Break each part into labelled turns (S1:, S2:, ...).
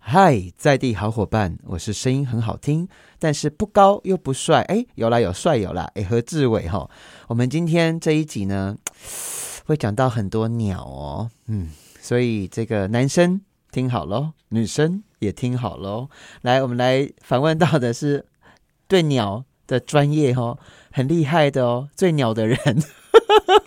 S1: 嗨，在地好伙伴，我是声音很好听，但是不高又不帅。哎，有啦有帅有啦，哎何志伟哈、我们今天这一集呢，会讲到很多鸟哦，嗯，所以这个男生听好喽，女生也听好喽。来，我们来访问到的是对鸟的专业哦，很厉害的哦，最鸟的人。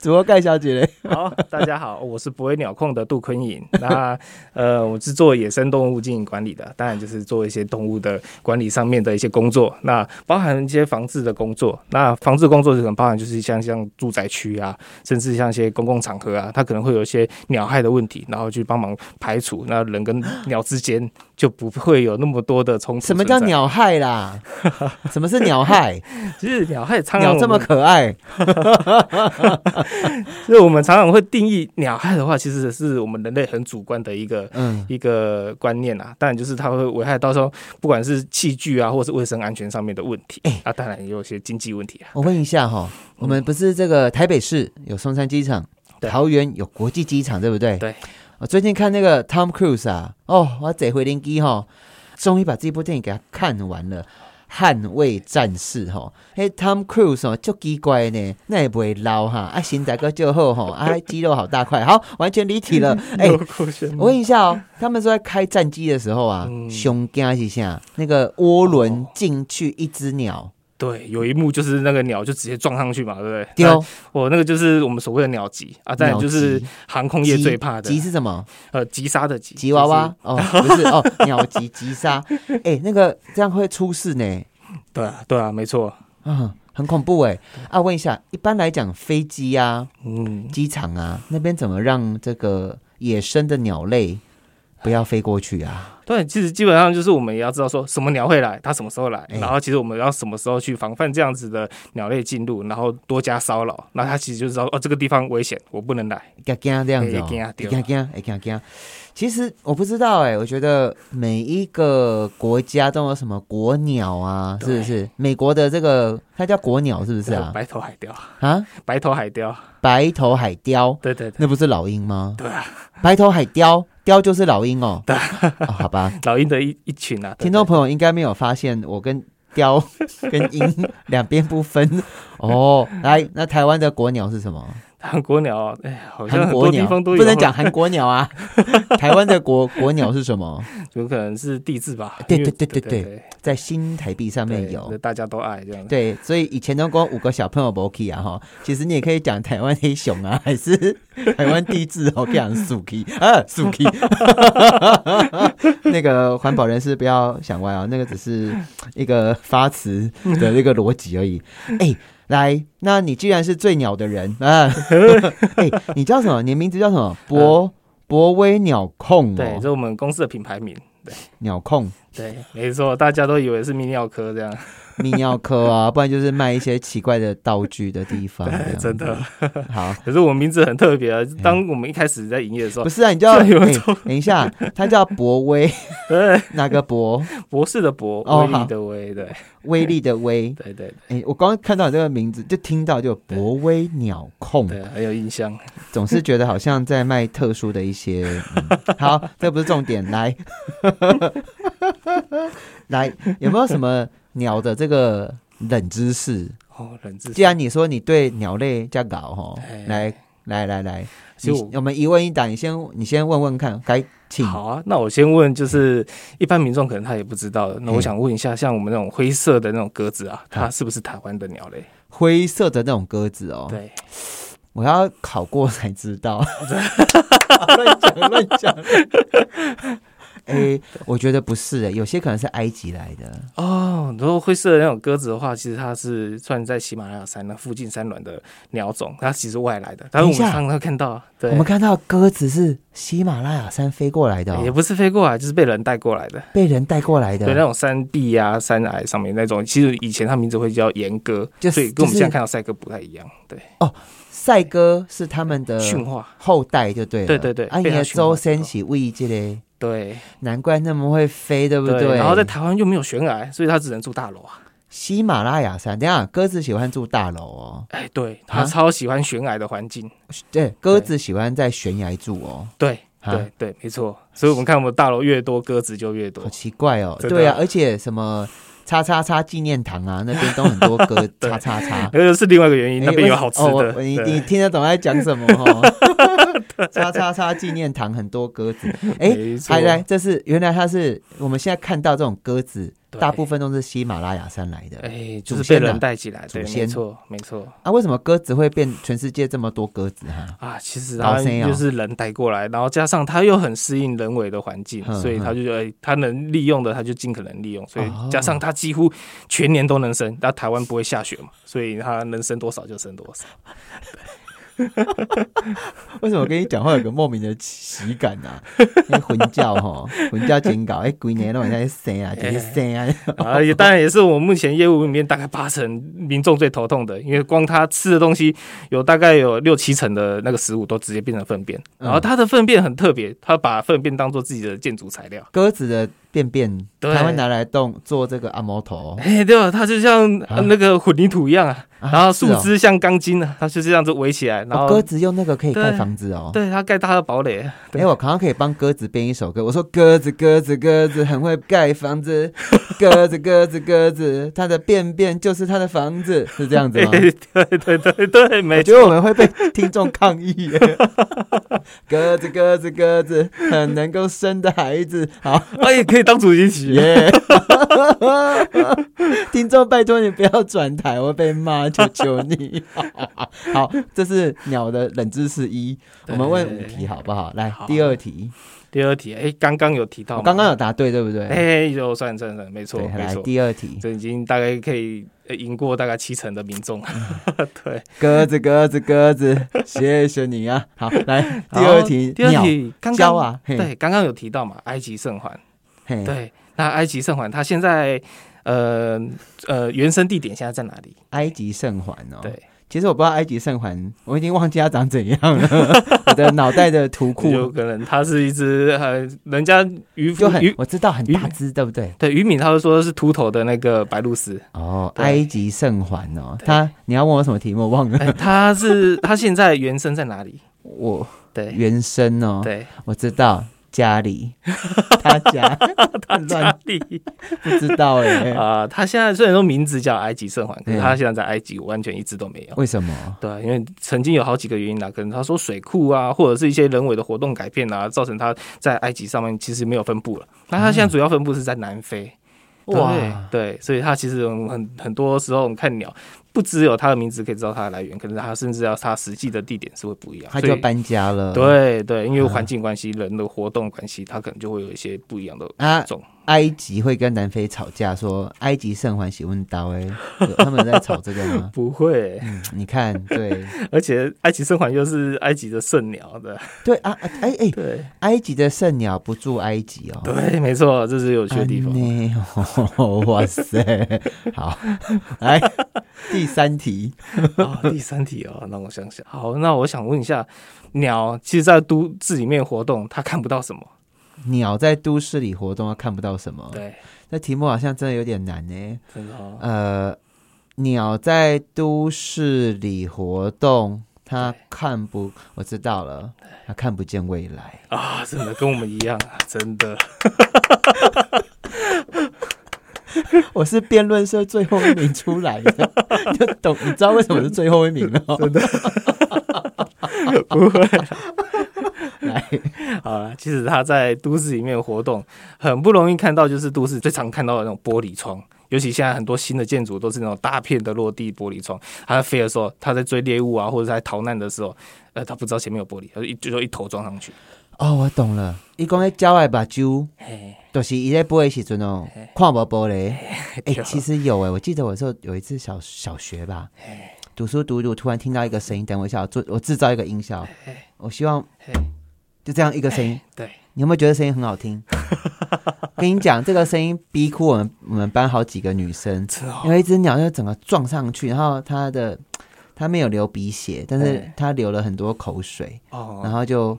S1: 主播盖小姐嘞，
S2: 好，大家好，我是不会鸟控的杜坤颖。那 呃，我是做野生动物经营管理的，当然就是做一些动物的管理上面的一些工作，那包含一些防治的工作。那防治工作可能包含就是像像住宅区啊，甚至像一些公共场合啊，它可能会有一些鸟害的问题，然后去帮忙排除。那人跟鸟之间就不会有那么多的冲突。
S1: 什么叫？鸟害啦？什么是鸟害？
S2: 其实鸟害常常
S1: 鸟这么
S2: 我们
S1: 可爱，
S2: 就是我们常常会定义鸟害的话，其实是我们人类很主观的一个
S1: 嗯，
S2: 一个观念啊，当然就是它会危害到时候不管是器具啊，或是卫生安全上面的问题、
S1: 哎
S2: 啊，当然也有一些经济问题啊。
S1: 我问一下哈、我们不是这个台北市有松山机场，
S2: 对
S1: 桃园有国际机场，对不对？
S2: 对。
S1: 我最近看那个 Tom Cruise 啊，哦，我这回灵机哈，终于把这部电影给他看完了。捍卫战士吼，嘿，Tom Cruise 哦，就奇怪呢，那也不会老哈，啊，身材个就好 吼，啊，肌肉好大块，好，完全离题了。哎、我问一下哦，他们说在开战机的时候啊，
S2: 嗯
S1: 熊惊一下，那个涡轮进去一只鸟
S2: 对，有一幕就是那个鸟就直接撞上去嘛，对不对？
S1: 丢
S2: 那，我那个就是我们所谓的鸟击啊，当然就是航空业最怕的
S1: 急是什么？
S2: 呃急杀的急
S1: 吉娃娃 哦，不是哦，鸟急急杀， 哎，那个这样会出事呢，
S2: 就是对啊对啊，没错，
S1: 嗯，很恐怖哎。啊，问一下，一般来讲，飞机啊、
S2: 嗯，
S1: 机场啊那边怎么让这个野生的鸟类不要飞过去啊？
S2: 对，其实基本上就是我们也要知道说什么鸟会来，它什么时候来，
S1: 哎
S2: 然后其实我们要什么时候去防范这样子的鸟类进入，然后多加骚扰，那它其实就知道哦这个地方危险，我不能来。
S1: 嘎嘎这样子哦，
S2: 会怕对
S1: 嘎嘎，哎嘎嘎。其实我不知道哎，我觉得每一个国家都有什么国鸟啊，是不是？美国的这个它叫国鸟是不是啊？
S2: 白头海雕，
S1: 啊，
S2: 白头海雕，
S1: 白头海雕。
S2: 对对对，
S1: 那不是老鹰吗？
S2: 对啊，
S1: 白头海雕，雕就是老鹰哦。对、好 吧，
S2: 老鹰的一一群啊，对
S1: 听众朋友应该没有发现我跟 雕跟鹰两边不分哦。来，那台湾的国鸟是什么？
S2: 对韩国鸟啊，哎，好像
S1: 韩
S2: 很
S1: 国
S2: 多
S1: 鸟
S2: 地方都有，
S1: 不能讲，韩国鸟 啊。台湾的国国鸟是什么？
S2: 有可能是地质吧，
S1: 对
S2: 因为
S1: 对对对对
S2: 对对，
S1: 在新台币上面
S2: 对
S1: 有
S2: 对。大家都爱这样子，
S1: 对，所以以前都跟五个小朋友 b o k 啊哈，其实你也可以讲台湾黑熊啊，还是台湾地质哦，可以讲 Suki 啊 Suki，那个环保人士不要想歪啊，那个只是一个发词的那个逻辑而已。哎、来，那你既然是最鸟的人啊， 哎、你叫什么？你的名字叫什么？博博威鸟控
S2: 呃对，这
S1: 哦，
S2: 是我们公司的品牌名，对
S1: 鸟控。
S2: 对，没错，大家都以为是泌尿科这样，
S1: 泌尿科啊，不然就是卖一些奇怪的道具的地方。哦这样嗯
S2: 真的。
S1: 好，
S2: 可是我们名字很特别啊，当我们一开始在营业的时候
S1: 不，是啊，你叫、
S2: 这有
S1: 哎
S2: 种
S1: 等一下，他叫博威，
S2: 对，
S1: 哪个博？
S2: 博士的博，
S1: 哦
S2: 威力的威，对
S1: 威力的威。
S2: 对对
S1: 哎、我刚刚看到你这个名字，就听到就博威鸟控，
S2: 对，很有印象。
S1: 总是觉得好像在卖特殊的一些。嗯好，这不是重点，来， 来，有没有什么鸟的这个冷知识？
S2: 哦，冷知识
S1: 既，然你说你对鸟类较搞吼
S2: 哎，
S1: 来来来来，
S2: 其
S1: 你
S2: 实我
S1: 我们一问一答，你先你先问问看，该请
S2: 好啊，那我先问，就是一般民众可能他也不知道的，那
S1: 嗯
S2: 我想问一下，像我们那种灰色的那种鸽子啊，
S1: 好
S2: 它是不是台湾的鸟类？
S1: 灰色的那种鸽子哦，
S2: 对，
S1: 我要考过才知 道。乱讲乱讲。哎、我觉得不是、欸，有些可能是埃及来的。
S2: 哦，然后灰色的那种鸽子的话，其实它是算在喜马拉雅山那附近山峦的鸟种，它其实外来的，但是我
S1: 等一
S2: 们
S1: 下
S2: 常常看到啊，对
S1: 我，们看到鸽子是喜马拉雅山飞过来的哦、
S2: 也不是飞过来，就是被人带过来的。
S1: 被人带过来
S2: 哎对，那
S1: 的。
S2: 种山壁啊、山崖上面那种，其实以前它名字会叫岩鸽，
S1: 就是
S2: 所以跟
S1: 就
S2: 我们
S1: 是
S2: 现在看到赛鸽不太一样。对，
S1: 赛鸽是他们的
S2: 驯化，
S1: 后代，就对了。
S2: 对对对
S1: 啊，你
S2: 被它
S1: 的
S2: 驯化
S1: 周身
S2: 之后
S1: 起位这嘞，
S2: 对
S1: 难怪那么会飞，对不对？
S2: 然后在台湾又没有悬崖，所以它只能住大楼啊。
S1: 喜马拉雅山，等一下鸽子喜欢住大楼哦，
S2: 哎，对，
S1: 啊
S2: 它超喜欢悬崖的环境。
S1: 对，鸽子喜欢在悬崖住哦。
S2: 对，
S1: 哈
S2: 对对，没错。所以我们看我们大楼越多，鸽子就越多
S1: 好。奇怪哦，
S2: 真的
S1: 对啊，而且什么叉叉叉纪念堂啊，那边都很多歌
S2: 对
S1: 叉叉叉。
S2: 那就是另外一个原因，
S1: 哎
S2: 那边有好吃
S1: 为什么哦
S2: 的。
S1: 我你
S2: 对
S1: 你听得懂在讲什么 哦？叉叉叉纪念堂很多鸽 子，哎，
S2: 没错
S1: 来来，这是原来它是我们现在看到这种鸽子，
S2: 对
S1: 大部分都是喜马拉雅山来的
S2: 哎，
S1: 祖
S2: 就是被
S1: 先啊
S2: 人带起来，对，
S1: 祖
S2: 没
S1: 先
S2: 错，没错
S1: 啊。为什么鸽子会变全世界这么多鸽子哈？
S2: 啊。其实
S1: 高
S2: 它
S1: 山哦
S2: 就是人带过来，然后加上它又很适应人为的环境，
S1: 嗯
S2: 所以它就哎，它能利用的它就尽可能利用，所以
S1: 哦
S2: 加上它几乎全年都能生。那台湾不会下雪嘛，所以它能生多少就生多少。
S1: 为什么我跟你讲话有个莫名的喜感 啊？那魂教哈，魂教警告，哎，鬼年都在生啊，就是生啊。
S2: 啊，也当然也是我目前业务里面大概八成民众最头痛的，因为光他吃的东西有大概有六七成的那个食物都直接变成粪便，
S1: 嗯
S2: 然后他的粪便很特别，他把粪便当做自己的建筑材料。
S1: 鸽子的便便，
S2: 对
S1: 台湾拿来动做这个按摩头，
S2: 哎、对吧？它就像
S1: 啊
S2: 那个混凝土一样啊，
S1: 啊
S2: 然后树
S1: 是哦
S2: 枝像钢筋啊，它就是这样子围起来，然
S1: 哦
S2: 后、
S1: 鸽子用那个可以盖
S2: 对
S1: 房子哦。
S2: 对它盖它的堡垒。啊
S1: 哎、
S2: 对
S1: 我好像可以帮鸽子编一首歌。我说鸽子，鸽子，鸽子很会盖房子， 鸽子，鸽子，鸽子，它的便便就是它的房子，是这样 子吗？
S2: 对对对对对，
S1: 我
S2: 没
S1: 觉得我们会被听众抗议 耶。鸽子，鸽子，鸽子很能够生的孩子，好
S2: 哎，也可以当主题曲。
S1: 耶！听众，拜托你不要转台，我会被骂，求求你。 好，这是鸟的冷知识一，我们问五题好不好？来，
S2: 好
S1: 第二题，
S2: 第二题，哎、刚刚有提到
S1: 我
S2: 嘛，
S1: 哦刚刚有答对，对不对？
S2: 哎、有算算算，没错
S1: 对，
S2: 没
S1: 来
S2: 错。
S1: 第二题，
S2: 这已经大概可以呃赢过大概七成的民众。对，
S1: 鸽子鸽子鸽 子，谢谢你啊！好，来第
S2: 然后
S1: 二题，
S2: 第二
S1: 鸟，
S2: 题，刚
S1: 胶
S2: 刚
S1: 啊嘿
S2: 对，刚刚有提到嘛，埃及圣环，
S1: 嘿，
S2: 对，那埃及圣环它现在呃呃原生地点现在在哪里？
S1: 埃及圣环哦，
S2: 对，
S1: 其实我不知道埃及圣环，我已经忘记它长怎样 了，我的脑袋的图
S2: 有
S1: 库
S2: 可能它是一只呃，人家渔夫
S1: 就很
S2: 渔，
S1: 我知道很大只，对不对？
S2: 对渔民，他会说是秃头的那个白 鹭鸶，
S1: 哦，
S2: 对
S1: 埃及圣环哦，它你要问我什么题目？我忘了，
S2: 哎，它是它现在原生在哪里？
S1: 我
S2: 对
S1: 原生哦，
S2: 对，
S1: 我知道家里， 他家 乱
S2: 哪里？
S1: 不知道哎，
S2: 啊，它现在虽然说名字叫埃及圣环，可是
S1: 嗯
S2: 它现在在埃及完全一只都没有。
S1: 为什么？
S2: 对啊，因为曾经有好几个原因啦，可能他说水库啊，或者是一些人为的活动改变啊，造成它在埃及上面其实没有分布了。那它现在主要分布是在南非，
S1: 嗯哇，
S2: 对，对，所以它其实很很很多时候我们看鸟，不只有它的名字可以知道它的来源，可能它甚至要它实际的地点是会不一样，
S1: 他
S2: 所以
S1: 就嗯搬家了，。
S2: 对对，因为环境关系、人的活动关系，它可能就会有一些不一样的
S1: 啊
S2: 种，？
S1: 埃及会跟南非吵架，说埃及圣环喜问刀哎，有他们有在吵这个吗
S2: 不会，
S1: 嗯，你看，对
S2: 而且埃及圣环又是埃及的圣鸟的，
S1: 对啊，啊哎哎，
S2: 对
S1: 埃及的圣鸟不住埃及哦。
S2: 对，没错，这是有趣的地方。
S1: 安内哦，哇塞！好，来第三题，
S2: 哦，第三题哦，让我想想。好，那我想问一下，鸟其实，在都市里面活动，它看不到什么？
S1: 鸟在都市里活动，看不到什么？
S2: 对，
S1: 这题目好像真的有点难呢。
S2: 真的哦。
S1: 呃，鸟在都市里活动，它
S2: 对
S1: 看不，我知道了，它看不见未来。
S2: 啊、真的跟我们一样啊， 真的。
S1: 我是辩论社最后一名出来的， 你就懂？你知道为什么是最后一名了？真的
S2: 不会。
S1: 来，
S2: 好了，其实它在都市里面活动，很不容易看到，就是都市最常看到的那种玻璃窗。尤其现在很多新的建筑都是那种大片的落地玻璃窗，它在飞的时候，它在追猎物啊，或者在逃难的时候，呃，它不知道前面有玻璃，它就一就一头撞上去。
S1: 哦，我懂了，伊讲咧鸟的目睭，
S2: 嘿，
S1: 就是伊在飞的时阵哦，看无玻璃。哎、
S2: 对
S1: 其实有哎、我记得我是有一次小小学吧，读书读一读，突然听到一个声音，等我一下，我做我制造一个音效，我希望
S2: 嘿
S1: 就这样一个声音，
S2: 对，
S1: 你有没有觉得声音很好听？ 跟你讲，这个声音逼哭我们我们班好几个女生，
S2: 真的哦、
S1: 因为一只鸟就整个撞上去，然后它的它没有流鼻血，但是
S2: 哎
S1: 它流了很多口水，
S2: 哦
S1: 然后就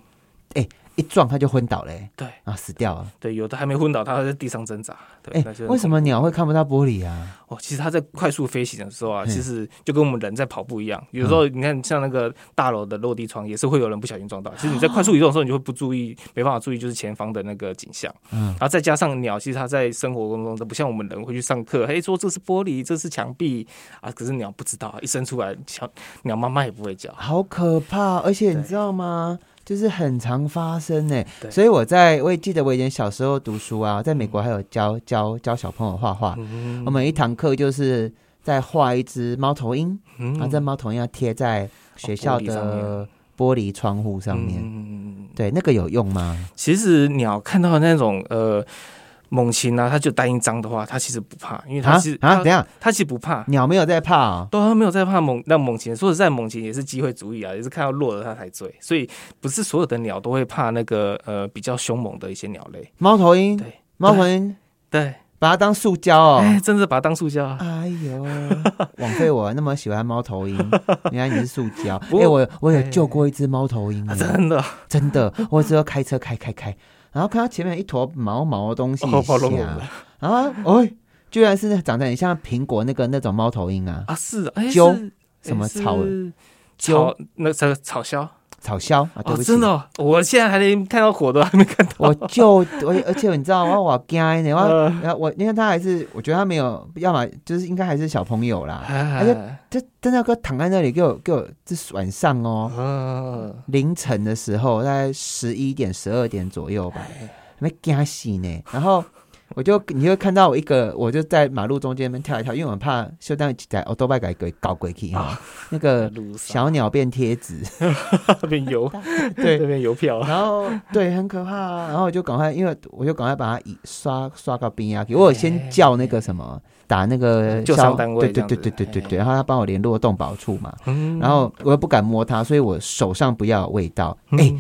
S1: 哎、一撞它就昏倒嘞、欸，
S2: 对
S1: 然后死掉了。
S2: 对，有的还没昏倒，它还在地上挣扎。对，
S1: 哎、
S2: 那就
S1: 为什么鸟会看不到玻璃啊？
S2: 哦，其实它在快速飞行的时候啊，
S1: 嗯
S2: 其实就跟我们人在跑步一样。有时候你看，像那个大楼的落地窗，也是会有人不小心撞到。其实你在快
S1: 哦
S2: 速移动的时候，你就会不注意，没办法注意就是前方的那个景象。
S1: 嗯
S2: 然后再加上鸟，其实它在生活当中，它不像我们人会去上课，哎，说这是玻璃，这是墙壁啊。可是鸟不知道，一生出来，小鸟妈妈也不会叫。
S1: 好可怕！而且你
S2: 哦对
S1: 知道吗？就是很常发生呢、
S2: 对
S1: 所以我在我也记得我以前小时候读书啊，在美国还有教教教小朋友画画，
S2: 嗯
S1: 我们一堂课就是在画一只猫头鹰，
S2: 嗯
S1: 然后这猫头鹰要贴在学校的玻璃窗户上面。
S2: 嗯
S1: 对，那个有用吗？
S2: 其实鸟看到那种呃猛禽啊，它就单一张的话，它其实不怕，因为它
S1: 啊
S2: 其实
S1: 啊，
S2: 它
S1: 等一下，
S2: 它其实不怕。
S1: 鸟没有在怕哦。
S2: 对，它没有在怕猛，那猛禽。说实在，猛禽也是机会主义啊，也是看到弱的它才追。所以不是所有的鸟都会怕那个呃比较凶猛的一些鸟类。
S1: 猫头鹰
S2: 对，
S1: 猫头鹰
S2: 对，
S1: 把它当塑胶哦。
S2: 哎、真是把它当塑胶啊。
S1: 哎 呦，枉费我那么喜欢猫头鹰，原来你是塑胶。哎、
S2: 不过
S1: 我我有救过一只猫头鹰、
S2: 啊
S1: 哎
S2: 真的，
S1: 真的，我只有开车开开开，然后看到前面一坨毛毛的东西
S2: 哦毛茸茸
S1: 下
S2: 的，
S1: 然后哦，居然是那长得很像苹果那个那种猫头鹰啊，
S2: 啊，是啊，哎、
S1: 鸠
S2: 是
S1: 什么
S2: 哎是
S1: 草鸠
S2: 草那草草鸮啊，
S1: 草鸮啊，对不
S2: 哦，
S1: 起，
S2: 真的哦、我现在还连看到火都还没看到。
S1: 我就我而且你知道我我惊呢， 我
S2: 呃，
S1: 然后我因为他还是我觉得他没有，要么就是应该还是小朋友 啦，
S2: 哎
S1: 这真的哥躺在那里给我给我这晚上哦。
S2: 哦，
S1: 凌晨的时候，大概十一点、十二点左右吧，
S2: 哎
S1: 还没惊醒呢。然后我就你就看到我一个，我就在马路中间那边跳来跳，因为我很怕修蛋在哦都拜改鬼搞鬼去
S2: 啊
S1: 哈，那个
S2: 路上
S1: 小鸟变贴 纸，
S2: 那边邮，那
S1: 对。
S2: 边邮票啊，
S1: 然后对，很可怕、啊。然后我就赶快，因为我就赶快把它移刷刷到冰啊，我有先叫那个什么，打那个
S2: 哎嗯救
S1: 消
S2: 伤单位
S1: 对
S2: 这样
S1: 对
S2: 子
S1: 对对对对对。
S2: 哎
S1: 然后他帮我联络动保处嘛，
S2: 嗯
S1: 然后我又不敢摸它，所以我手上不要有味道。
S2: 嗯
S1: 哎、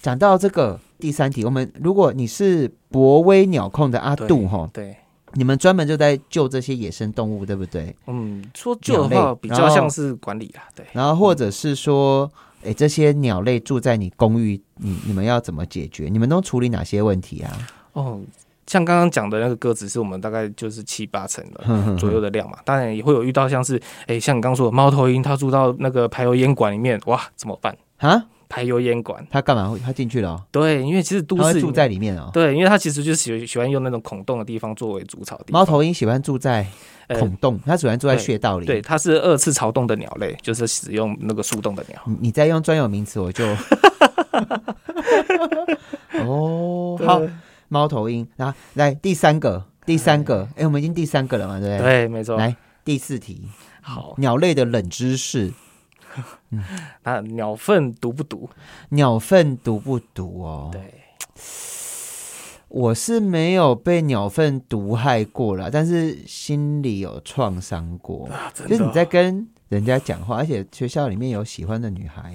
S1: 讲到这个第三题，我们如果你是博威鸟控的阿杜
S2: 对
S1: 哈，
S2: 对，
S1: 你们专门就在救这些野生动物，对不对？
S2: 嗯，说旧的
S1: 鸟
S2: 话
S1: 类
S2: 比
S1: 然
S2: 较
S1: 后
S2: 像是管理啦，对。
S1: 然后或者是说，哎，这些鸟类住在你公寓，你你们要怎么解决？你们都处理哪些问题 啊？
S2: 哦，像刚刚讲的那个鸽子，是我们大概就是七八成的
S1: 哼哼
S2: 左右的量嘛。当然也会有遇到像是，哎，像你刚说的猫头鹰，它住到那个排油烟管里面，哇，怎么办？
S1: 啊，
S2: 排油烟管，
S1: 它干嘛会？它进去了哦、
S2: 对，因为其实都
S1: 它
S2: 市
S1: 会
S2: 里
S1: 住
S2: 面
S1: 在里面哦。
S2: 对，因为它其实就是喜喜欢用那种孔洞的地方作为筑巢地方。
S1: 猫头鹰喜欢住在
S2: 呃
S1: 孔洞，它喜欢住在
S2: 对
S1: 穴道里。
S2: 对，它是二次巢洞的鸟类，就是使用那个树洞的鸟。
S1: 你你再用专有名词，我 就哦，好，猫头鹰，然后来第三个，第三个，哎，我们已经第三个了嘛，对不对？
S2: 对，没错。
S1: 来第四题，
S2: 好，
S1: 鸟类的冷知识，
S2: 那鸟粪毒不毒？
S1: 鸟粪毒不毒哦？
S2: 对，
S1: 我是没有被鸟粪毒害过啦，但是心里有创伤过，
S2: 啊，真
S1: 就是
S2: 的
S1: 你在跟人家讲话，而且学校里面有喜欢的女 孩，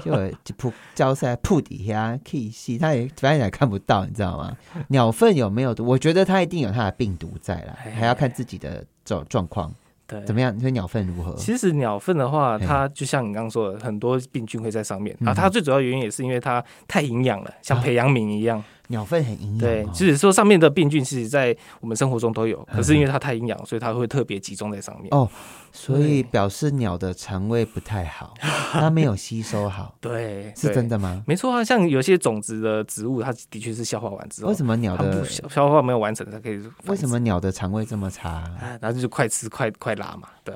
S1: 就有一扑交在铺底下 K 戏，她也反正也看不到，你知道 吗？鸟粪有没有毒？我觉得它一定有它的病毒在啦，
S2: 哎
S1: 还要看自己的状状况
S2: 对
S1: 怎。么样。你说鸟粪如何？
S2: 哎其实鸟粪的话，
S1: 嘿
S2: 它就像你刚刚说的，很多病菌会在上面。
S1: 嗯
S2: 啊，它最主要原因也是因为它太营养了，像
S1: 啊
S2: 培养皿一样。
S1: 鸟粪很营养、
S2: 对
S1: 哦，，嗯
S2: 即使说上面的病菌，其实在我们生活中都有，可是因为它太营养，所以它会特别集中在上面
S1: 哦。所以
S2: 对
S1: 表示鸟的肠胃不太好，它没有吸收好，
S2: 对，
S1: 是
S2: 对
S1: 真。的吗？
S2: 没错啊，像有些种子的植物，它的确是消化完之后，
S1: 为什么鸟
S2: 它不
S1: 的
S2: 消消化没有完成，它可以
S1: 为什
S2: 繁殖？
S1: 么鸟的肠胃这么差？
S2: 哎，然后就快吃快快拉嘛，对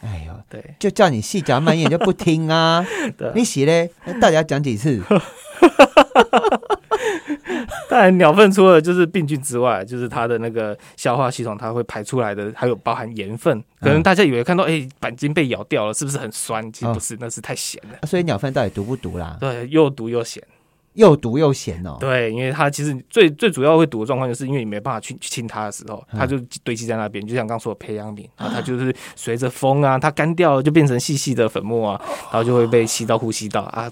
S1: 哎呦，
S2: 对
S1: 就叫你细嚼慢咽，你就不听啊！
S2: 对啊。
S1: 你洗嘞，那到底要讲几 次？啊
S2: 当然，鸟粪除了就是病菌之外，就是它的那个消化系统，它会排出来的，还有包含盐分。可
S1: 嗯
S2: 能大家以为看到哎、板筋被咬掉了，是不是很酸？其实不是，那是太咸了。
S1: 啊所以鸟粪到底毒不毒啦？
S2: 对，又毒又咸。
S1: 又毒又咸哦。
S2: 对，因为它其实最最主要会毒的状况，就是因为你没办法去去清它的时候，
S1: 嗯
S2: 它就堆积在那边。就像刚说的培养皿，然后它就是随着风啊，它干掉了就变成细细的粉末啊，然后就会被吸到呼吸道啊。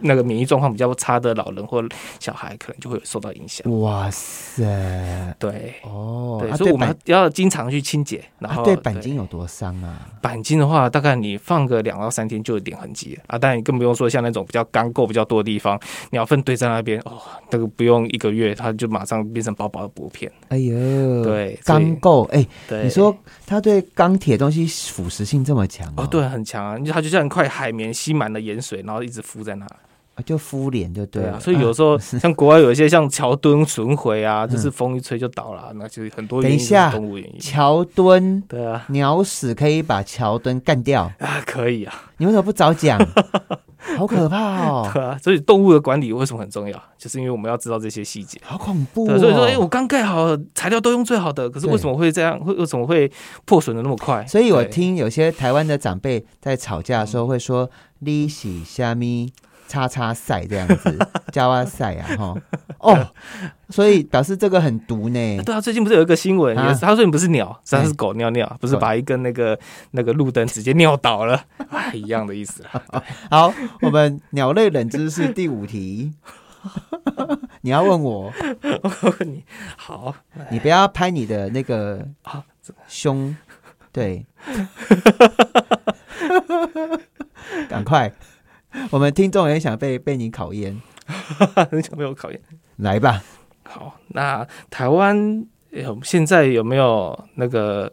S2: 那个免疫状况比较差的老人或小孩，可能就会有受到影响。
S1: 哇塞，
S2: 对，
S1: 哦，
S2: 对，
S1: 啊
S2: 所以我们哦
S1: 板
S2: 要要经常去清洁，然
S1: 啊
S2: 后
S1: 对钣金有多伤啊？
S2: 钣金的话，大概你放个两到三天就有点痕迹了啊。当然，你更不用说像那种比较干垢比较多的地方，鸟粪堆在那边哦，那个不用一个月，它就马上变成薄薄的薄片。
S1: 哎呦，，
S2: 对，所以
S1: 钢构，哎、
S2: 对，
S1: 你说它对钢铁东西腐蚀性这么强、哦？
S2: 哦，对，很强啊，因为它就像一块海绵吸满了盐水，然后一直浮在那。
S1: 啊，就敷脸就对
S2: 对
S1: 了。
S2: 啊，所以有 时候像国外有一些像桥墩损毁啊，就是风一吹就倒了，那就是很多原因
S1: 等一下
S2: 就是动物原因。
S1: 桥墩
S2: 对啊，
S1: 鸟屎可以把桥墩干掉，
S2: 啊可以啊，
S1: 你为什么不早 讲？好可怕哦，
S2: 对啊，所以动物的管理为什么很重要？就是因为我们要知道这些细节。
S1: 好恐怖
S2: 对，
S1: 哦。
S2: 所以说，哎、我刚盖好，材料都用最好的，可是
S1: 对
S2: 为什么会这样？会为什么会破损的那么快？
S1: 所以我
S2: 哎对，
S1: 听有些台湾的长辈在吵架的时候会说“你喜虾米叉叉赛”这样子，加哇赛啊，哈哦，所以表示这个很毒呢
S2: 啊。对啊，最近不是有一个新闻，
S1: 啊
S2: 也是他说你不是鸟，是他是
S1: 嗯
S2: 狗尿尿，不是把一根那个那个路灯直接尿倒了， 哎，一样的意思啊。
S1: 好，我们鸟类冷知识第五题， 你要问我，
S2: 你好，
S1: 你不要拍你的那个
S2: 啊
S1: 胸，对，赶快，我们听众也想被被你考验，
S2: 很久没有考验。
S1: 来吧，
S2: 好，那台湾有现在有没有那个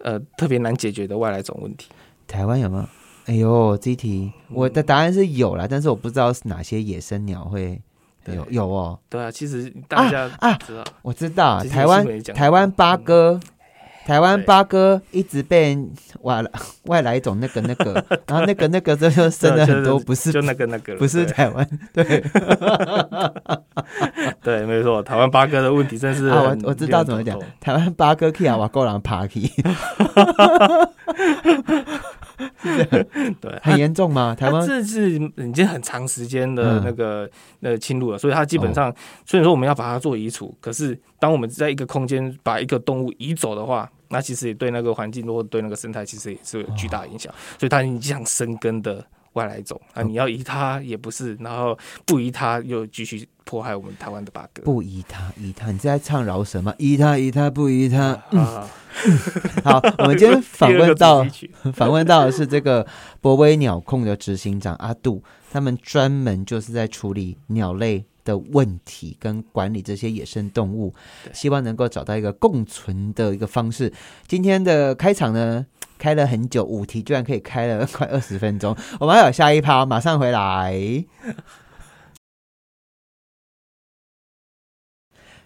S2: 呃特别难解决的外来种问题？
S1: 台湾有没有？哎呦，这一题
S2: 嗯
S1: 我的答案是有啦，但是我不知道是哪些野生鸟会
S2: 对
S1: 有有哦。
S2: 对啊，其实大家
S1: 啊
S2: 知道，
S1: 我知道啊
S2: 之前
S1: 台
S2: 新闻也
S1: 湾
S2: 讲过嗯
S1: 台湾八哥，台湾
S2: 对
S1: 八哥一直被外来 外来种那个那 个，然后那个那个这就生了很多
S2: 就
S1: 不是
S2: 就那个那个了
S1: 不是
S2: 对
S1: 台湾对
S2: 对，没错，台湾八哥的问题真 是
S1: 啊，我
S2: 很
S1: 我知道怎么讲
S2: 令人头痛，
S1: 台湾八哥去啊，瓦够人爬 去，
S2: 对，
S1: 很哎严重吗？台
S2: 它
S1: 湾
S2: 这是已经很长时间的
S1: 嗯哦
S2: 那个呃侵入了，所以它基本上虽然说我们要把它做移除，可是当我们在一个空间把一个动物移走的话，那其实也对那个环境或对那个生态其实也是有巨大影
S1: 哦
S2: 响，所以它影响生根的外来种
S1: 嗯
S2: 啊，你要移它也不是，然后不移它又继续迫害我们台湾的八哥。
S1: 不依他依他，你是在唱饶舌吗？依他依他不依他。
S2: 啊，
S1: 好，嗯我们今天访问到
S2: 第二个主题曲
S1: 访问到的是这个博威鸟控的执行长阿杜，他们专门就是在处理鸟类的问题跟管理这些野生动物，
S2: 对
S1: 希望能够找到一个共存的一个方式。今天的开场呢，开了很久，五题居然可以开了快二十分钟，我们还有下一趴，马上回来。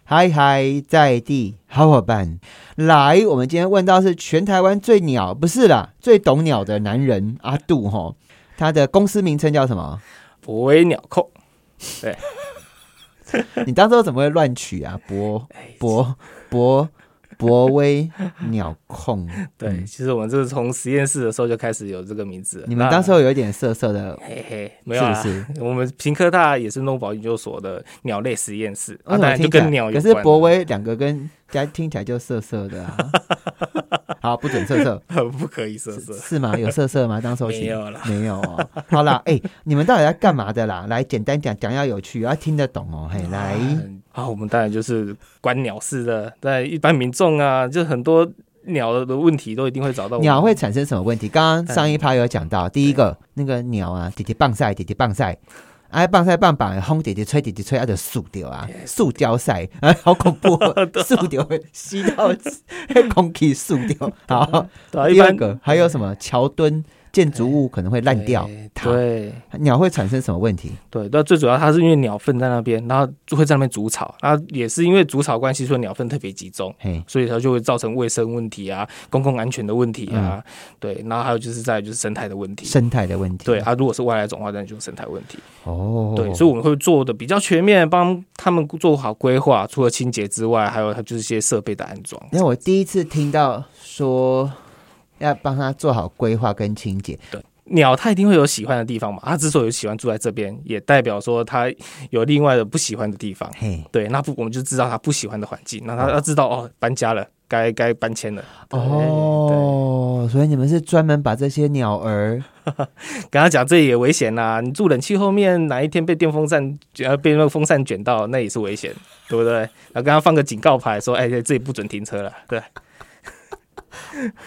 S1: 嗨嗨，在地好伙伴，来，我们今天问到是全台湾最鸟，不是啦，最懂鸟的男人阿杜哈，他的公司名称叫什 么？
S2: 博威鸟控，
S1: 你当初怎么会乱取啊？博
S2: 哎
S1: 博博博威鸟 控，
S2: 对，
S1: 嗯
S2: 其实我们这是从实验室的时候就开始有这个名字了。
S1: 你们
S2: 那
S1: 当时候有一点色色的，
S2: 嘿嘿，没有
S1: 是
S2: 啊
S1: 不。是？
S2: 我们平科大野生动物保研究所的鸟类实验室，
S1: 为
S2: 啊，
S1: 什
S2: 当
S1: 么哦
S2: 然就
S1: 听起
S2: 跟
S1: 来？
S2: 鸟
S1: 可
S2: 有关。
S1: 是博，威两个跟加听起来就色色的 啊。好，不准色色，
S2: 不可以色
S1: 是
S2: 色，
S1: 是吗？有色色吗？当时候取
S2: 没有 啦。
S1: 没有哦。好啦，哎、你们到底在干嘛的啦？来，简单讲，讲要有趣，要听得懂哦。嘿，来，
S2: 嗯啊，我们当然就是观鸟式的，在一般民众啊，就很多鸟的问题都一定会找到我们。
S1: 鸟会产生什么问题？刚刚上一趴有讲到，第一个
S2: 嗯
S1: 那个鸟啊，弟弟棒晒，弟弟棒晒。哎，棒晒棒棒，轰弟弟吹，弟弟吹，啊，就塑掉啊，塑胶晒，哎，好恐怖、 哦，
S2: 啊
S1: 塑掉会吸到 空气塑掉。好，
S2: 对啊，一
S1: 第二
S2: 般
S1: 个还有什么桥墩建筑物可能会烂掉，
S2: 哎
S1: 塌
S2: 对
S1: 鸟会产生什么问题？
S2: 对，那最主要它是因为鸟粪在那边，然后就会在那边筑巢，然后也是因为筑巢关系，所以鸟粪特别集中。
S1: 嘿，
S2: 所以它就会造成卫生问题啊、公共安全的问题啊，对，然后还有就是在就是生态的问题。
S1: 生嗯态的问题。
S2: 对，啊，如果是外来种的话，那就是生态问题。
S1: 哦，
S2: 对，所以我们会做的比较全面，帮他们做好规划。除了清洁之外，还有它就是一些设备的安装。
S1: 因为我第一次听到说要帮他做好规划跟清洁，
S2: 鸟它一定会有喜欢的地方嘛，它之所以喜欢住在这边，也代表说它有另外的不喜欢的地方。
S1: 嘿，
S2: 对，那不我们就知道它不喜欢的环境，那它要知道哦，搬家了，该该搬迁了。对
S1: 哦，所以你们是专门把这些鸟儿
S2: 跟他讲这也危险呐、你住冷气后面，哪一天被电风扇呃被那个风扇卷到，那也是危险，对不对？然后跟他放个警告牌，说，哎，这里不准停车了，对。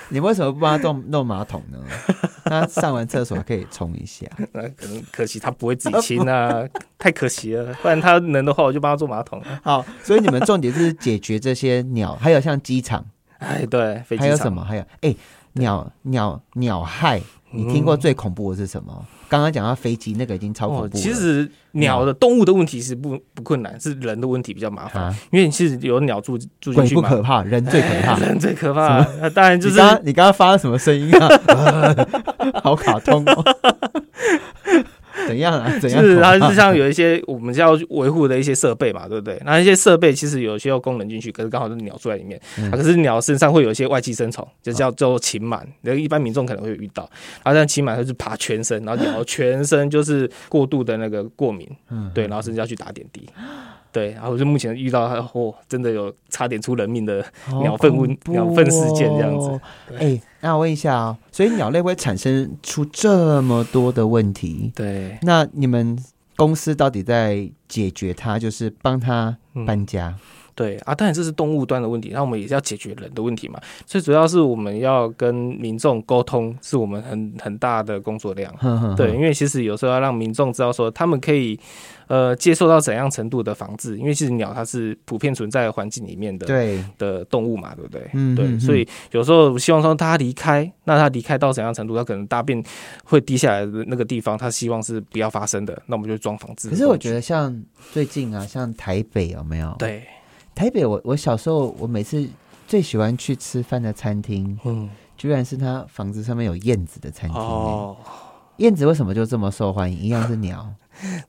S1: 你为什么不帮他弄弄马桶 呢？他上完厕所可以冲一下。
S2: 那可能可惜他不会自己清啊， 太可惜了。不然他能的话，我就帮他做马桶。
S1: 好，所以你们重点就是解决这些鸟，还有像机场，
S2: 哎，对，飞机
S1: 还有什
S2: 场
S1: 么？还有哎，鸟鸟鸟害，你听过最恐怖的是什么？刚刚讲到飞机那个已经超恐怖
S2: 嗯哦
S1: 了，，
S2: 其实鸟的动物的问题是不不困难，是人的问题比较麻烦，
S1: 啊，
S2: 因为你是有鸟住住进
S1: 鬼
S2: 去
S1: 不
S2: 嘛，
S1: 可怕，人最可怕。
S2: 人最 可怕。那当然就
S1: 你
S2: 是
S1: 刚刚你刚刚发了什么声音啊？ 好卡通哦！ 怎样啊？怎样？
S2: 是它 是像有一些我们要维护的一些设备嘛，对不对？那一些设备其实有些要功能进去，可是刚好是鸟住在里面，
S1: 嗯
S2: 啊、可是鸟身上会有一些外寄生虫，就叫做禽螨，那一般民众可能会遇到。然后像禽螨它就是爬全身，然 后咬全身就是过度的那个过敏，
S1: 嗯
S2: 对，然后甚至要去打点滴。对，然后就目前遇到，哦，真的有差点出人命的，
S1: 哦好
S2: 鸟粪
S1: 恐怖
S2: 鸟粪事件这样子
S1: 哦。哎、那我问一下哦，所以鸟类会产生出这么多的问题，
S2: 对，
S1: 那你们公司到底在解决它，就是帮它
S2: 嗯
S1: 搬家？
S2: 对啊，当然这是动物端的问题，那我们也是要解决人的问题嘛。最主要是我们要跟民众沟通，是我们很很大的工作量。
S1: 嗯哼哼哼
S2: 对，因为其实有时候要让民众知道说，他们可以呃接受到怎样程度的防治，因为其实鸟它是普遍存在环境里面的
S1: 对，
S2: 的动物嘛，对不对？
S1: 嗯
S2: 对，
S1: 嗯
S2: 所以有时候希望说它离开，那它离开到怎样程度，它可能大便会滴下来的那个地方，它希望是不要发生的，那我们就装防治。
S1: 可是我觉
S2: 得，
S1: 得像最近啊，像台北有没有？，
S2: 对，
S1: 台北我我小时候我每次最喜欢去吃饭的餐厅，
S2: 嗯，
S1: 居然是它房子上面有燕子的餐厅、欸
S2: 哦。
S1: 燕子为什么就这么受欢迎？一样是鸟，
S2: 啊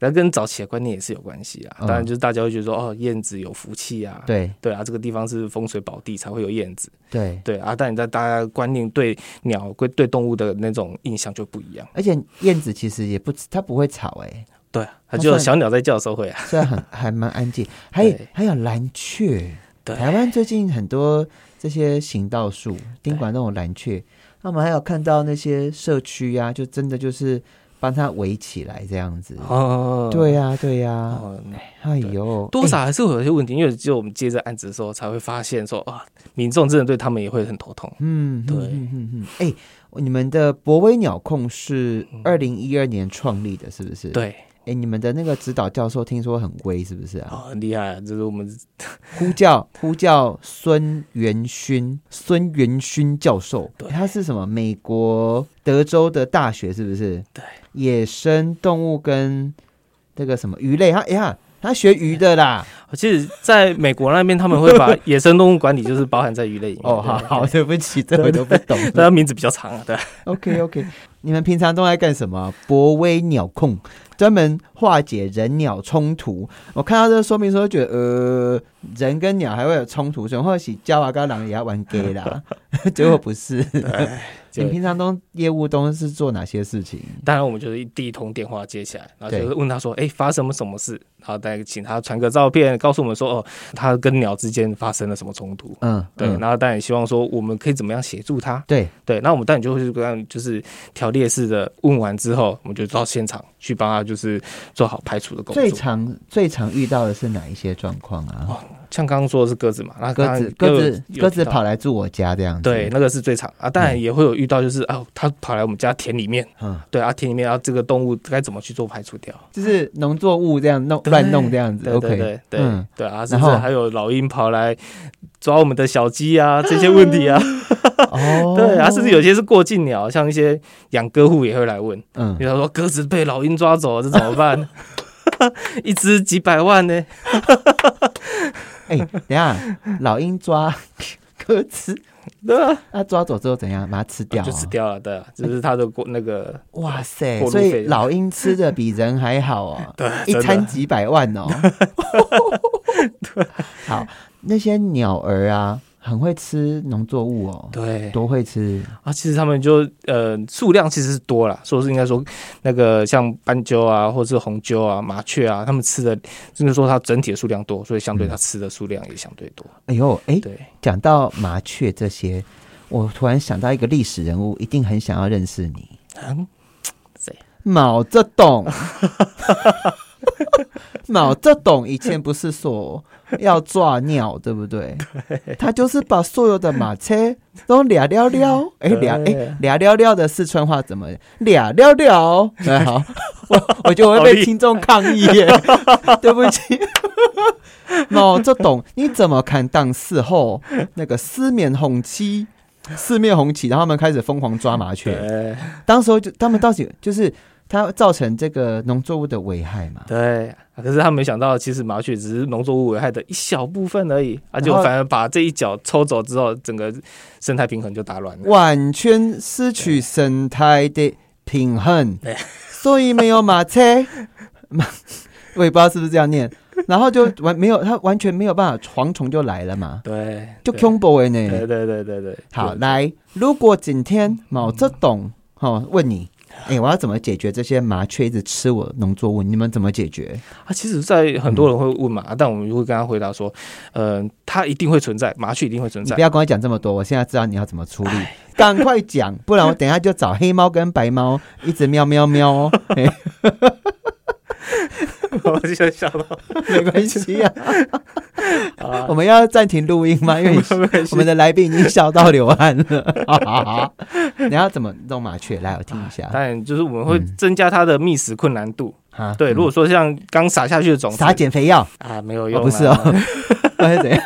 S2: 那跟早期的观念也是有关系啊。
S1: 嗯
S2: 当然，就是大家会觉得说，哦，燕子有福气啊，
S1: 对
S2: 对啊，这个地方是风水宝地才会有燕子，
S1: 对，
S2: 对啊。但你在大家观念对鸟跟对动物的那种印象就不一样，
S1: 而且燕子其实也不它不会吵哎、
S2: 对啊，
S1: 它
S2: 它就有
S1: 算
S2: 小鸟在叫的时候会啊，
S1: 虽然很 还蛮安静，还有
S2: 对
S1: 还有蓝雀，
S2: 对
S1: 台湾最近很多这些行道树、宾馆那种蓝雀，那我们还有看到那些社区呀、就真的就是帮它围起来这样子。
S2: 哦，
S1: 嗯对啊呀、对呀、
S2: 哦。
S1: 哎呦，
S2: 多
S1: 哎
S2: 少还是会有一些问题，因为只有我们接着案子的时候才会发现说，啊，民众真的对他们也会很头痛。
S1: 嗯，
S2: 对
S1: 嗯嗯嗯嗯，哎、你们的博威鸟控是二零一二年创立的，是不是？，
S2: 嗯对，
S1: 哎、你们的那个指导教授听说很威，是不是啊？
S2: 哦，很厉害啊，就是我们
S1: 呼叫呼叫孙元勋，孙元勋教授，哎
S2: 对
S1: 他是什么？美国德州的大学是不是？
S2: 对，
S1: 野生动物跟这个什么鱼类，他哎呀，他学鱼的啦。
S2: 其实在美国那边，他们会把 野生动物管理就是包含在鱼类里面。
S1: 哦，好
S2: 对
S1: 好，，对不起，这我都不 懂。
S2: 但它名字比较长啊，对。
S1: OK OK，你们平常都在干什么？博威鸟控专门化解人鸟冲突。我看到这个说明书，觉得呃，人跟鸟还会有冲突，然后是加瓦嘎啊狼也要玩 gay 啦， 结果不是。
S2: 哎就
S1: 你平常都业务都是做哪些事情？
S2: 当然，我们就是第一通电话接起来，然后
S1: 对
S2: 就是问他说：“哎、发生了什么事？”然后再请他传个照片，告诉我们说：“哦，他跟鸟之间发生了什么冲突。”
S1: 嗯，
S2: 对，
S1: 嗯
S2: 然后当然也希望说我们可以怎么样协助他。
S1: 对，
S2: 对，那我们当然就会这样，就是条列式的问完之后，我们就到现场去帮他，就是做好排除的工
S1: 最
S2: 作。
S1: 常最常遇到的是哪一些状况啊？
S2: 像刚刚说的是鸽子嘛，那刚
S1: 鸽
S2: 刚
S1: 子鸽
S2: 又
S1: 子
S2: 有
S1: 鸽子
S2: 提到
S1: 跑嗯来住我家这样子。
S2: 对，，那个是最长啊。当然也会有遇到，就是啊，它跑来我们家田里面，
S1: 嗯，
S2: 对啊，田里面，然后这个动物该怎么去做排除掉？
S1: 就是农作物这样弄
S2: 对
S1: 乱弄这样子。
S2: 对对
S1: OK，
S2: 对对、
S1: 嗯
S2: 对啊，
S1: 然
S2: 甚
S1: 后
S2: 至还有老鹰跑来抓我们的小鸡啊，这些问题啊，
S1: 哦，
S2: 对啊，甚至有些是过境鸟，像一些养鸽户也会来问，
S1: 嗯
S2: 比。如说鸽子被老鹰抓走了，这怎么办？ 一只几百万呢？
S1: 哎、等一下，老鹰抓 鸽子，
S2: 对啊，
S1: 那抓走之后怎样？把它吃掉、啊？
S2: 就吃掉了，对啊，这、是它的过那个，
S1: 哇塞
S2: 过！路
S1: 所
S2: 费
S1: 以老鹰吃的比人还好哦，
S2: 对，
S1: 一
S2: 真的
S1: 餐 几百万哦。好，那些鸟儿啊，很会吃农作物哦，
S2: 对，
S1: 多会吃
S2: 啊，其实他们就呃数量其实是多啦，说是应该说那个像斑鸠啊，或者是红鸠啊、麻雀啊，他们吃的，甚至说它整体的数量多，所以
S1: 嗯
S2: 相对它吃的数量也相对多。
S1: 哎呦，哎，
S2: 对，
S1: 讲到麻雀这些，我突然想到一个历史人物，一定很想要认识你，
S2: 嗯，谁？
S1: 毛泽东。毛泽东以前不是说要抓鸟，对不对？他就是把所有的马车都俩撩撩，哎俩哎
S2: 对
S1: 俩撩撩的四川话怎么俩撩撩？哎好，我我就会
S2: 好
S1: 被
S2: 厉
S1: 听众抗议耶，对不起。毛泽东，你怎么看当时候那个四面红旗？四面红旗，然后他们开始疯狂抓麻雀。
S2: 对
S1: 当时候就他们到底就是它造成这个农作物的危害嘛？
S2: 对、啊可是他没想到，其实麻雀只是农作物危害的一小部分而已，而且
S1: 然后
S2: 反而把这一脚抽走之后，整个生态平衡就打乱了。
S1: 完全失去生态的平衡
S2: 对，
S1: 所以没有马车， 马尾巴是不是这样念？然后就完没有，它完全没有办法，蝗虫就来了嘛，
S2: 对，
S1: 就
S2: 对
S1: c o m b o 呢
S2: 对。对对对对，
S1: 好，
S2: 对
S1: 来，如果今天毛泽
S2: 嗯
S1: 东哦问你，哎、我要怎么解决这些麻雀一直吃我农作物？你们怎么解决？
S2: 啊，其实，在很
S1: 嗯
S2: 多人会问嘛，啊但我们就会跟他回答说，呃，它一定会存在，麻雀一定会存
S1: 你
S2: 在哎
S1: 不。要跟我讲这么多，我现在知道你要怎么处理，赶快讲，不然我等一下就找黑猫跟白猫一直喵喵喵 哦，哎
S2: 我就想到
S1: 没关系啊。
S2: 啊
S1: 我，们要暂停录音吗？因为我们的来宾已经笑到流汗了。 好好好，你要怎么弄麻雀？来，我听一下
S2: 当然就是我们会
S1: 嗯
S2: 增加它的觅食困难度。
S1: 啊。
S2: 对，
S1: 嗯
S2: 如果说像刚撒下去的种子
S1: 撒减肥 药，
S2: 啊，没有
S1: 哦
S2: 用啊，
S1: 不是哦， 那是怎样？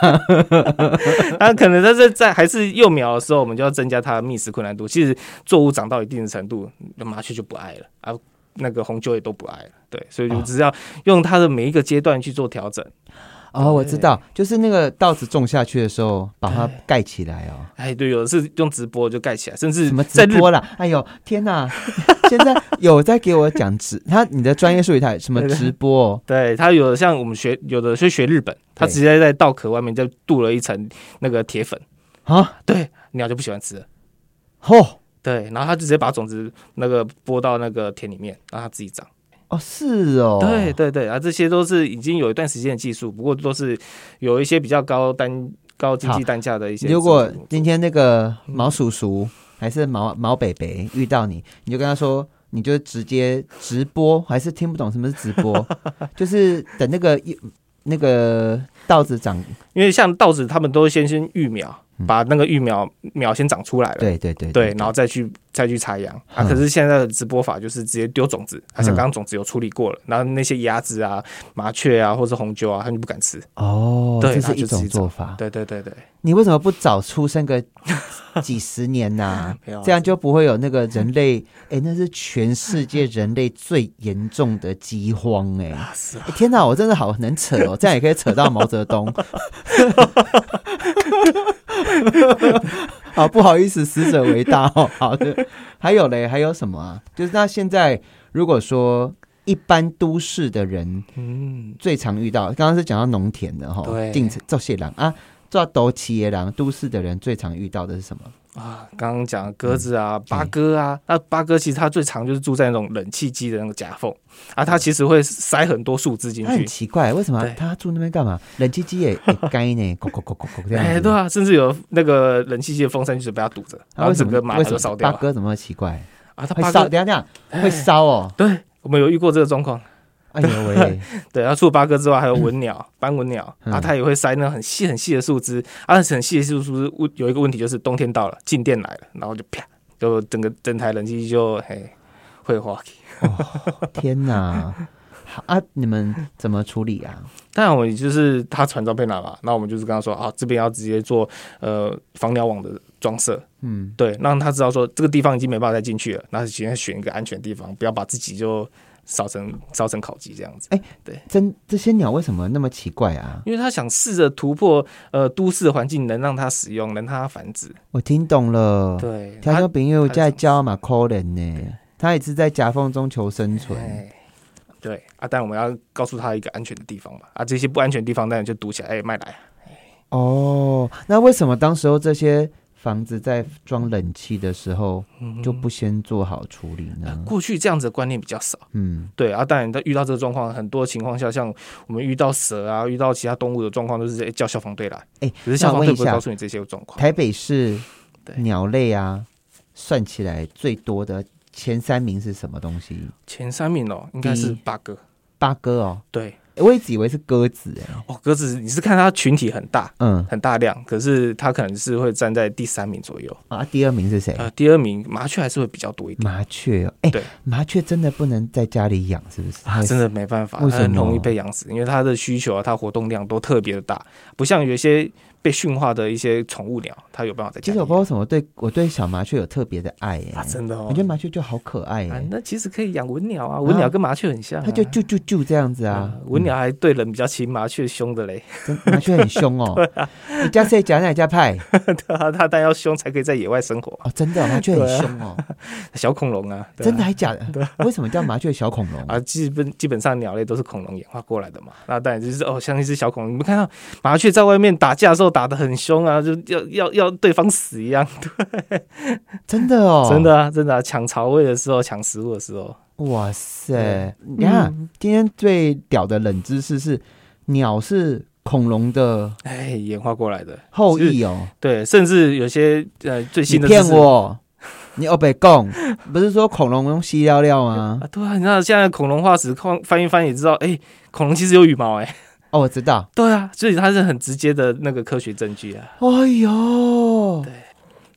S2: 它可能它是在还是幼苗的时候，我们就要增加它的觅食困难度。其实作物长到一定的程度，那麻雀就不爱了啊，那个红鸠也都不爱了。对，所以就
S1: 哦
S2: 只要用它的每一个阶段去做调整。
S1: 哦，我知道，就是那个稻子种下去的时候，把它盖起来哦。
S2: 哎，对，有的是用直播就盖起来，甚至
S1: 什么直
S2: 在日
S1: 播啦？哎呦，天哪！现在有在给我讲直，他你的专业术语他什么直播哦？
S2: 对，它有的像我们学，有的是学日本，它
S1: 对
S2: 直接在稻壳外面再镀了一层那个铁粉，
S1: 啊，
S2: 对，鸟就不喜欢吃了。
S1: 吼
S2: 对，然后它就直接把种子那个播到那个田里面，让它自己长。
S1: 哦，是哦，
S2: 对对对，啊，这些都是已经有一段时间的技术，不过都是有一些比较高单高经济单价的一些制度。
S1: 如果今天那个
S2: 嗯
S1: 毛叔叔还是毛毛北北遇到你，你就跟他说，你就直接直播，还是听不懂什么是直 播，就是等那个那个稻子长，
S2: 因为像稻子，他们都先先育苗，把那个育苗苗先长出来了。
S1: 嗯对对对
S2: 对，然后再去再去插秧啊。
S1: 嗯
S2: 可是现在的直播法就是直接丢种子，而且
S1: 嗯
S2: 刚刚种子有处理过了，然后那些鸭子啊、麻雀啊或是红鸠啊，他们就不敢吃。
S1: 哦，
S2: 对
S1: 这
S2: 他
S1: 是一
S2: 就自
S1: 种
S2: 己长
S1: 做法。
S2: 对对对对，
S1: 你为什么不早出生 个几十年呐、
S2: 没有啊
S1: 这样就不会有那个人类， 哎、那是全世界人类最严重的饥荒哎、
S2: 啊是啊，
S1: 欸天哪，我真的好能扯 哦，这样也可以扯到毛泽东。 啊好，不好意思，死者为大哦。 好的，还有嘞，还有什么啊？就是那现在如果说一般都市的人
S2: 嗯，
S1: 最常遇到，刚刚是讲到农田的哈、
S2: 对
S1: 进造蟹郎啊，做斗企业郎，都市的人最常遇到的是什么？
S2: 啊，刚刚讲的鸽子啊、
S1: 嗯
S2: 八哥啊，那八哥其实它最常就是住在那种冷气机的那个夹缝啊，它其实会塞很多树枝进
S1: 他很
S2: 去。
S1: 奇怪，为什么
S2: 对
S1: 他住那边干嘛？冷气 机也也该呢，咕咕咕咕咕这样
S2: 哎，
S1: 子。
S2: 对啊，甚至有那个冷气机的风扇就是被它堵着，
S1: 啊，
S2: 然后
S1: 为什
S2: 整
S1: 么
S2: 个马
S1: 为
S2: 达
S1: 什么
S2: 就烧掉
S1: 八
S2: 了
S1: 哥怎么会奇怪？
S2: 啊。它
S1: 会
S2: 八
S1: 烧？
S2: 哥，哎
S1: 等一下等一下，会烧哦！
S2: 对我们有遇过这个状况。
S1: 哎呦喂，
S2: 对，然后除了八哥之外，还有文鸟、斑纹鸟，
S1: 嗯
S2: 啊，它也会塞那很细很细的树枝，啊，很细的树枝，问有一个问题就是冬天到了，静电来了，然后就啪，就整个整台冷气机就嘿会花去。
S1: 天哪！好啊，你们怎么处理啊？
S2: 当然，我们就是他传照片来嘛，那我们就是跟他说啊，这边要直接做呃防鸟网的装设，
S1: 嗯，
S2: 对，让他知道说这个地方已经没办法再进去了，那选选一个安全地方，不要把自己就烧成烧成烤鸡这样子。
S1: 真这些鸟为什么那么奇怪啊？
S2: 因为他想试着突破呃都市的环境，能让它使用，能让它繁殖。
S1: 我听懂了，
S2: 对，啊
S1: 听
S2: 它
S1: 众朋友在教马可能呢，他也是在夹缝中求生存。
S2: 哎，对啊，但我们要告诉他一个安全的地方嘛。啊，这些不安全的地方当然就堵起来，哎，卖来。
S1: 哦，那为什么当时候这些房子在装冷气的时候
S2: 嗯
S1: 就不先做好处理呢？
S2: 过去这样子的观念比较少，
S1: 嗯，
S2: 对啊。当然，在遇到这个状况，很多情况下，像我们遇到蛇啊，遇到其他动物的状况，都是、诶叫消防队来。
S1: 诶
S2: 可是
S1: 哎
S2: 消
S1: 那我
S2: 防
S1: 问
S2: 队
S1: 一
S2: 不会
S1: 下
S2: 告诉你这些状况。
S1: 台北市
S2: 对
S1: 鸟类啊，算起来最多的前三名是什么东西？
S2: 前三名哦，应该
S1: 第
S2: 是
S1: 一
S2: 八哥。
S1: 八哥哦，
S2: 对，
S1: 我一直以为是鸽子哎、
S2: 哦，鸽子，你是看它群体很大。
S1: 嗯
S2: 很大量，可是它可能是会站在第三名左右。
S1: 啊，第二名是谁？
S2: 呃，第二名麻雀还是会比较多一点，
S1: 麻雀哦，哎、
S2: 对
S1: 麻雀真的不能在家里养，是不是？
S2: 啊，真的没办法，
S1: 为
S2: 它
S1: 什
S2: 很容易
S1: 么
S2: 被养死，因为它的需求啊，它活动量都特别的大，不像有一些被驯化的一些宠物鸟，它有办法在
S1: 其
S2: 家
S1: 实
S2: 里
S1: 我
S2: 养。
S1: 不知道为什么对我对小麻雀有特别的爱哎、
S2: 啊，真的哦，
S1: 我觉得麻雀就好可爱
S2: 啊
S1: 哎、，
S2: 那其实可以养文鸟啊，文
S1: 啊
S2: 鸟跟麻雀很像啊、
S1: 它就啾啾啾这样子啊
S2: 啊，，文鸟还对人比较亲，麻雀凶的嘞，
S1: 真麻雀很凶哦。
S2: 啊
S1: 你家谁夹哪家派？
S2: 对啊，它但要凶才可以在野外生活。
S1: 哦，真的哦、麻雀很凶哦，
S2: 小恐龙啊，对啊
S1: 真的还假的？为什么叫麻雀小恐龙？
S2: 啊，基本基本上鸟类都是恐龙演化过来的嘛。那当然就是哦，像一只小恐龙，你们看到麻雀在外面打架的时候打得很凶啊，就要要要对方死一样，
S1: 真的哦，
S2: 真。的啊，真的啊，抢巢位的时候，抢食物的时候，
S1: 哇塞！你看、
S2: 嗯
S1: 今天最屌的冷知识是，鸟是恐龙的
S2: 哎，演化过来的。
S1: 后裔哦。
S2: 对，甚至有些呃最
S1: 你
S2: 新的
S1: 骗
S2: 知识
S1: 我！你欧北贡不是说恐龙用吸料料吗
S2: 啊？，对啊，你知道现在恐龙化石看翻一翻也知道，哎，恐龙其实有羽毛哎、
S1: 哦，我知道。
S2: 对啊，所以它是很直接的那个科学证据啊。
S1: 哎呦，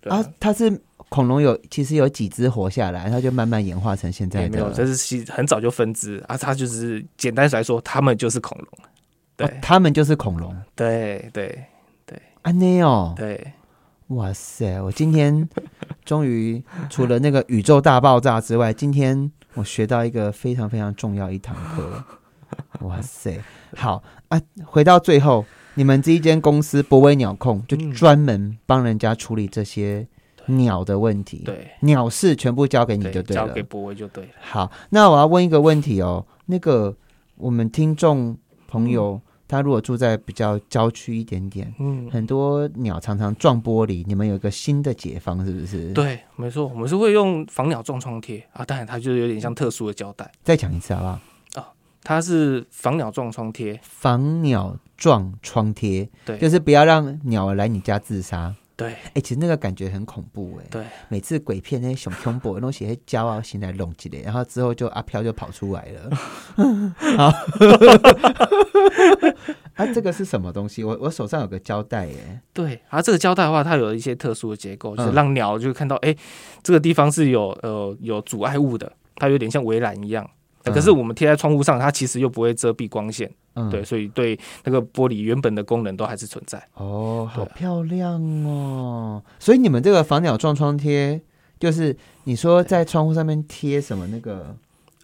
S2: 对
S1: 啊，它是恐龙有其实有几只活下来，它就慢慢演化成现
S2: 也
S1: 在
S2: 没
S1: 的。哦
S2: 有，这是其很早就分支啊，它就是简单来说，它们就是恐龙。对
S1: 哦，他们就是恐龙。
S2: 对对
S1: 安内哦，
S2: 对，
S1: 哇塞！我今天终于除了那个宇宙大爆炸之外，今天我学到一个非常非常重要一堂 课。哇塞！好啊，回到最后，你们这一间公司博威鸟控就
S2: 嗯
S1: 专门帮人家处理这些鸟的问题，，
S2: 对，
S1: 鸟事全部交给你就
S2: 对，
S1: 对
S2: 交
S1: 了
S2: 给。博威就对了。
S1: 好，那我要问一个问题哦，那个我们听众朋友，他如果住在比较郊区一点点，
S2: 嗯，
S1: 很多鸟常常撞玻璃，你们有一个新的解方是不是？，
S2: 对，没错，我们是会用防鸟撞窗贴啊，当然它就是有点像特殊的胶带，
S1: 再讲一次好不好？
S2: 它是防鸟撞窗贴。
S1: 防鸟撞窗贴，
S2: 对
S1: 就是不要让鸟儿来你家自杀。
S2: 对
S1: 哎、其实那个感觉很恐怖哎、
S2: 对，
S1: 每次鬼片那些熊胸脯东西会胶啊，醒来拢起来，然后之后就阿啊飘就跑出来 了。好， 啊，这个是什么东西？我我手上有个胶带欸耶。
S2: 对，啊，这个胶带的话，它有一些特殊的结构，就是
S1: 嗯
S2: 让鸟就看到，哎、这个地方是有呃有阻碍物的，它有点像围栏一样。呃可是我们贴在窗户上，它其实又不会遮蔽光线，
S1: 嗯，
S2: 对，，所以对那个玻璃原本的功能都还是存在。
S1: 哦，好
S2: 对啊
S1: 漂亮哦！所以你们这个防鸟撞窗贴，就是你说在窗户上面贴什么那个？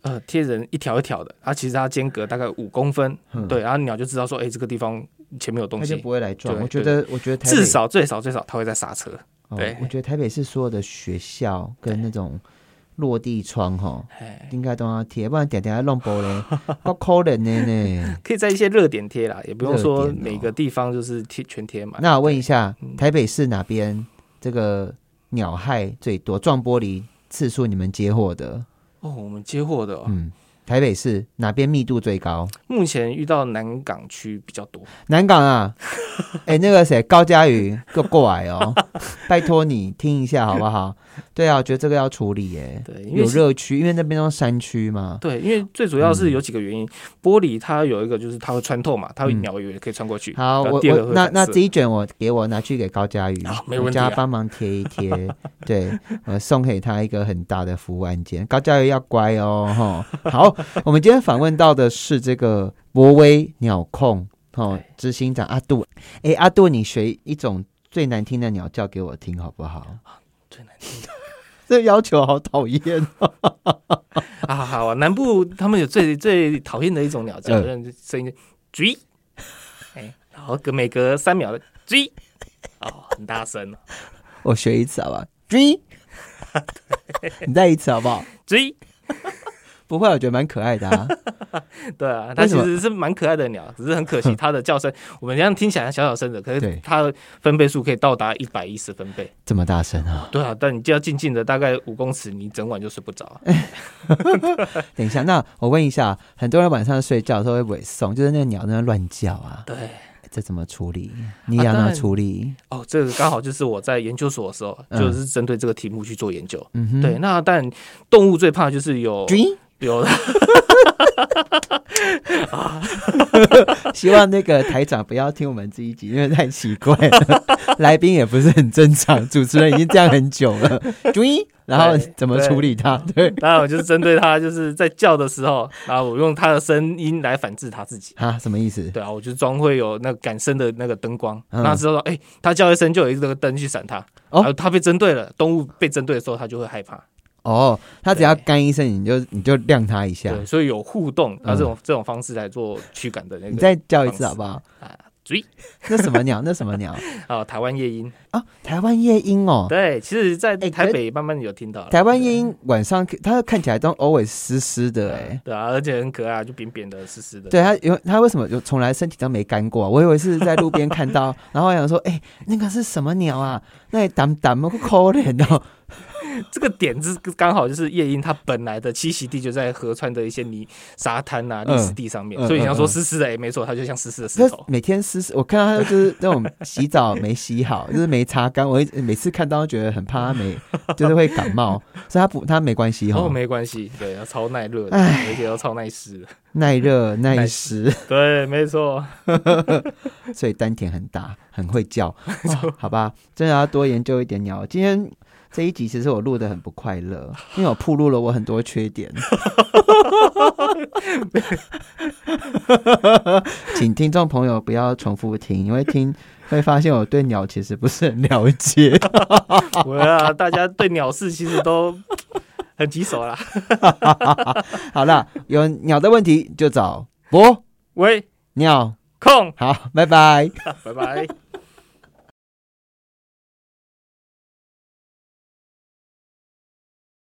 S2: 呃，贴人一条一条的，啊，其实它间隔大概五公分，
S1: 嗯
S2: 对，然后鸟就知道说，哎、这个地方前面有东
S1: 它就
S2: 西
S1: 不，会来撞。
S2: 对
S1: 我觉得，我觉得台北
S2: 至、少最少最少它会在刹车。
S1: 哦
S2: 对
S1: 我觉得台北市所有的学校跟那种落地窗哈、哦，
S2: 哎，
S1: 应该都要贴，不然点点弄破嘞， 好可怜的呢。
S2: 可以在一些热点贴啦，也不用说
S1: 热点哦
S2: 每个地方就是贴全贴满。
S1: 那我问一下
S2: 嗯，
S1: 台北市哪边这个鸟害最多？撞玻璃次数你们接获的？
S2: 哦，我们接获的、哦，
S1: 嗯，台北市哪边密度最高？
S2: 目前遇到南港区比较多。
S1: 南港 啊，哎、那个谁，高佳宇，给我过来哦， 拜托你听一下好不好？对啊，我觉得这个要处理耶、
S2: 对，因为
S1: 有
S2: 是
S1: 热嗯区，因为那边都是山区嘛。
S2: 对，因为最主要是有几个原因，玻璃它有一个就是它会穿透嘛，它会
S1: 嗯
S2: 鸟也可以穿过去。
S1: 好，
S2: 然
S1: 我
S2: 后第二个
S1: 我
S2: 会
S1: 那
S2: 反
S1: 那
S2: 射
S1: 这一卷我给我拿去给高佳宇，
S2: 好没
S1: 我
S2: 问题
S1: 叫
S2: 啊
S1: 他帮忙贴一贴， 对，呃，送给他一个很大的服务案件。高佳宇要乖哦，哈。好，我们今天访问到的是这个博威鸟控哦
S2: 对，
S1: 执行长阿杜。哎，阿杜，你学一种最难听的鸟叫给我听好不好？
S2: 最难听
S1: 这要求好讨厌。
S2: 的啊，好啊，南部他们有最最讨厌的一种鸟叫，
S1: 嗯
S2: 就是声音就啾，哎，然后隔每隔三秒的啾，哦，很大声哦，
S1: 我学 一次好不好？追，你再一次好不好？
S2: 啾。
S1: 不会，我觉得蛮可爱的啊。
S2: 对啊，它
S1: 为
S2: 其
S1: 什么
S2: 实是蛮可爱的鸟，只是很可 惜它的叫声，我们这样听起来小小声的，可
S1: 对
S2: 是它的分贝数可以到达一百一十分贝。
S1: 这么大声啊！
S2: 对啊，但你就要静静的，大概五公尺，你整晚就睡不着
S1: 哎
S2: 啊。
S1: 等一下，那我问一下，很多人晚上睡觉的时候会尾送，就是那个鸟在那乱叫啊，
S2: 对，啊
S1: 这怎么处理？你要
S2: 当
S1: 怎么
S2: 然
S1: 处理？
S2: 哦，这个刚好就是我在研究所的时候，
S1: 嗯
S2: 就是针对这个题目去做研究。
S1: 嗯哼，
S2: 对，那但动物最怕就是有
S1: 君，
S2: 有，
S1: 希望那个台长不要听我们这一集，因为太奇怪 了。来宾也不是很正常，主持人已经这样很久 了。君，然后
S2: 对
S1: 怎么处理它？对，
S2: 那我就是针对它，就是在叫的时候，然后我用它的声音来反制它自己。
S1: 啊，什么意思？
S2: 对啊，我就装会有那个感声的那个灯光，
S1: 嗯
S2: 那之后哎，它叫一声就有一个灯去闪它，
S1: 哦
S2: 然后它被针对了，动物被针对的时候它就会害怕，
S1: 哦，它只要
S2: 对
S1: 干一声，你就你就亮它一下。
S2: 对，所以有互动，那这种这种方式来做驱赶的那
S1: 嗯你
S2: 个
S1: 再叫一次好不好？
S2: 啊，注意
S1: 那什么鸟？那什么 鸟？
S2: 啊，台湾夜莺，
S1: 啊，台湾夜莺哦。
S2: 对，其实在
S1: 哎
S2: 台
S1: 可
S2: 北慢慢有听到了，
S1: 台湾夜�鹰晚上它看起来都 always 湿湿的哎、
S2: 对啊，而且很可爱，就扁扁的、湿湿的，
S1: 对它有它为什么有从来身体都没干过啊、我以为是在路边看 到，然后我想说，哎、那个是什么鸟啊？那胆胆么可怜哦，
S2: 这个点子刚好就是夜莺它本来的栖息地就在河川的一些泥沙滩啊、
S1: 嗯
S2: 砾石地上面，
S1: 嗯
S2: 所以你要
S1: 嗯
S2: 说
S1: 嗯
S2: 湿湿的， 哎，没错，它就像湿湿的石
S1: 这
S2: 头。
S1: 每天湿湿，我看到它就是那种洗澡没洗 好，就是没擦干，我一直每次看到都觉得很怕它没，就是会感冒，所以它不它没关系
S2: 哦，
S1: 哦，
S2: 没关系，对，要超耐热的，
S1: 唉
S2: 而且要超耐湿的，
S1: 耐热耐
S2: 耐
S1: 湿，
S2: 对，没 错，
S1: 所以丹田很大，很会叫，哇好吧，真的要多研究一点鸟。今天这一集其实我录的很不快乐，因为我暴露了我很多缺点，请听众朋友不要重复听，因为听会发现我对鸟其实不是很了解。
S2: 我啊，大家对鸟事其实都很棘手啦。
S1: 好啦，有鸟的问题就找博
S2: 喂，
S1: 鸟，
S2: 空，
S1: 好，拜拜。
S2: 拜拜。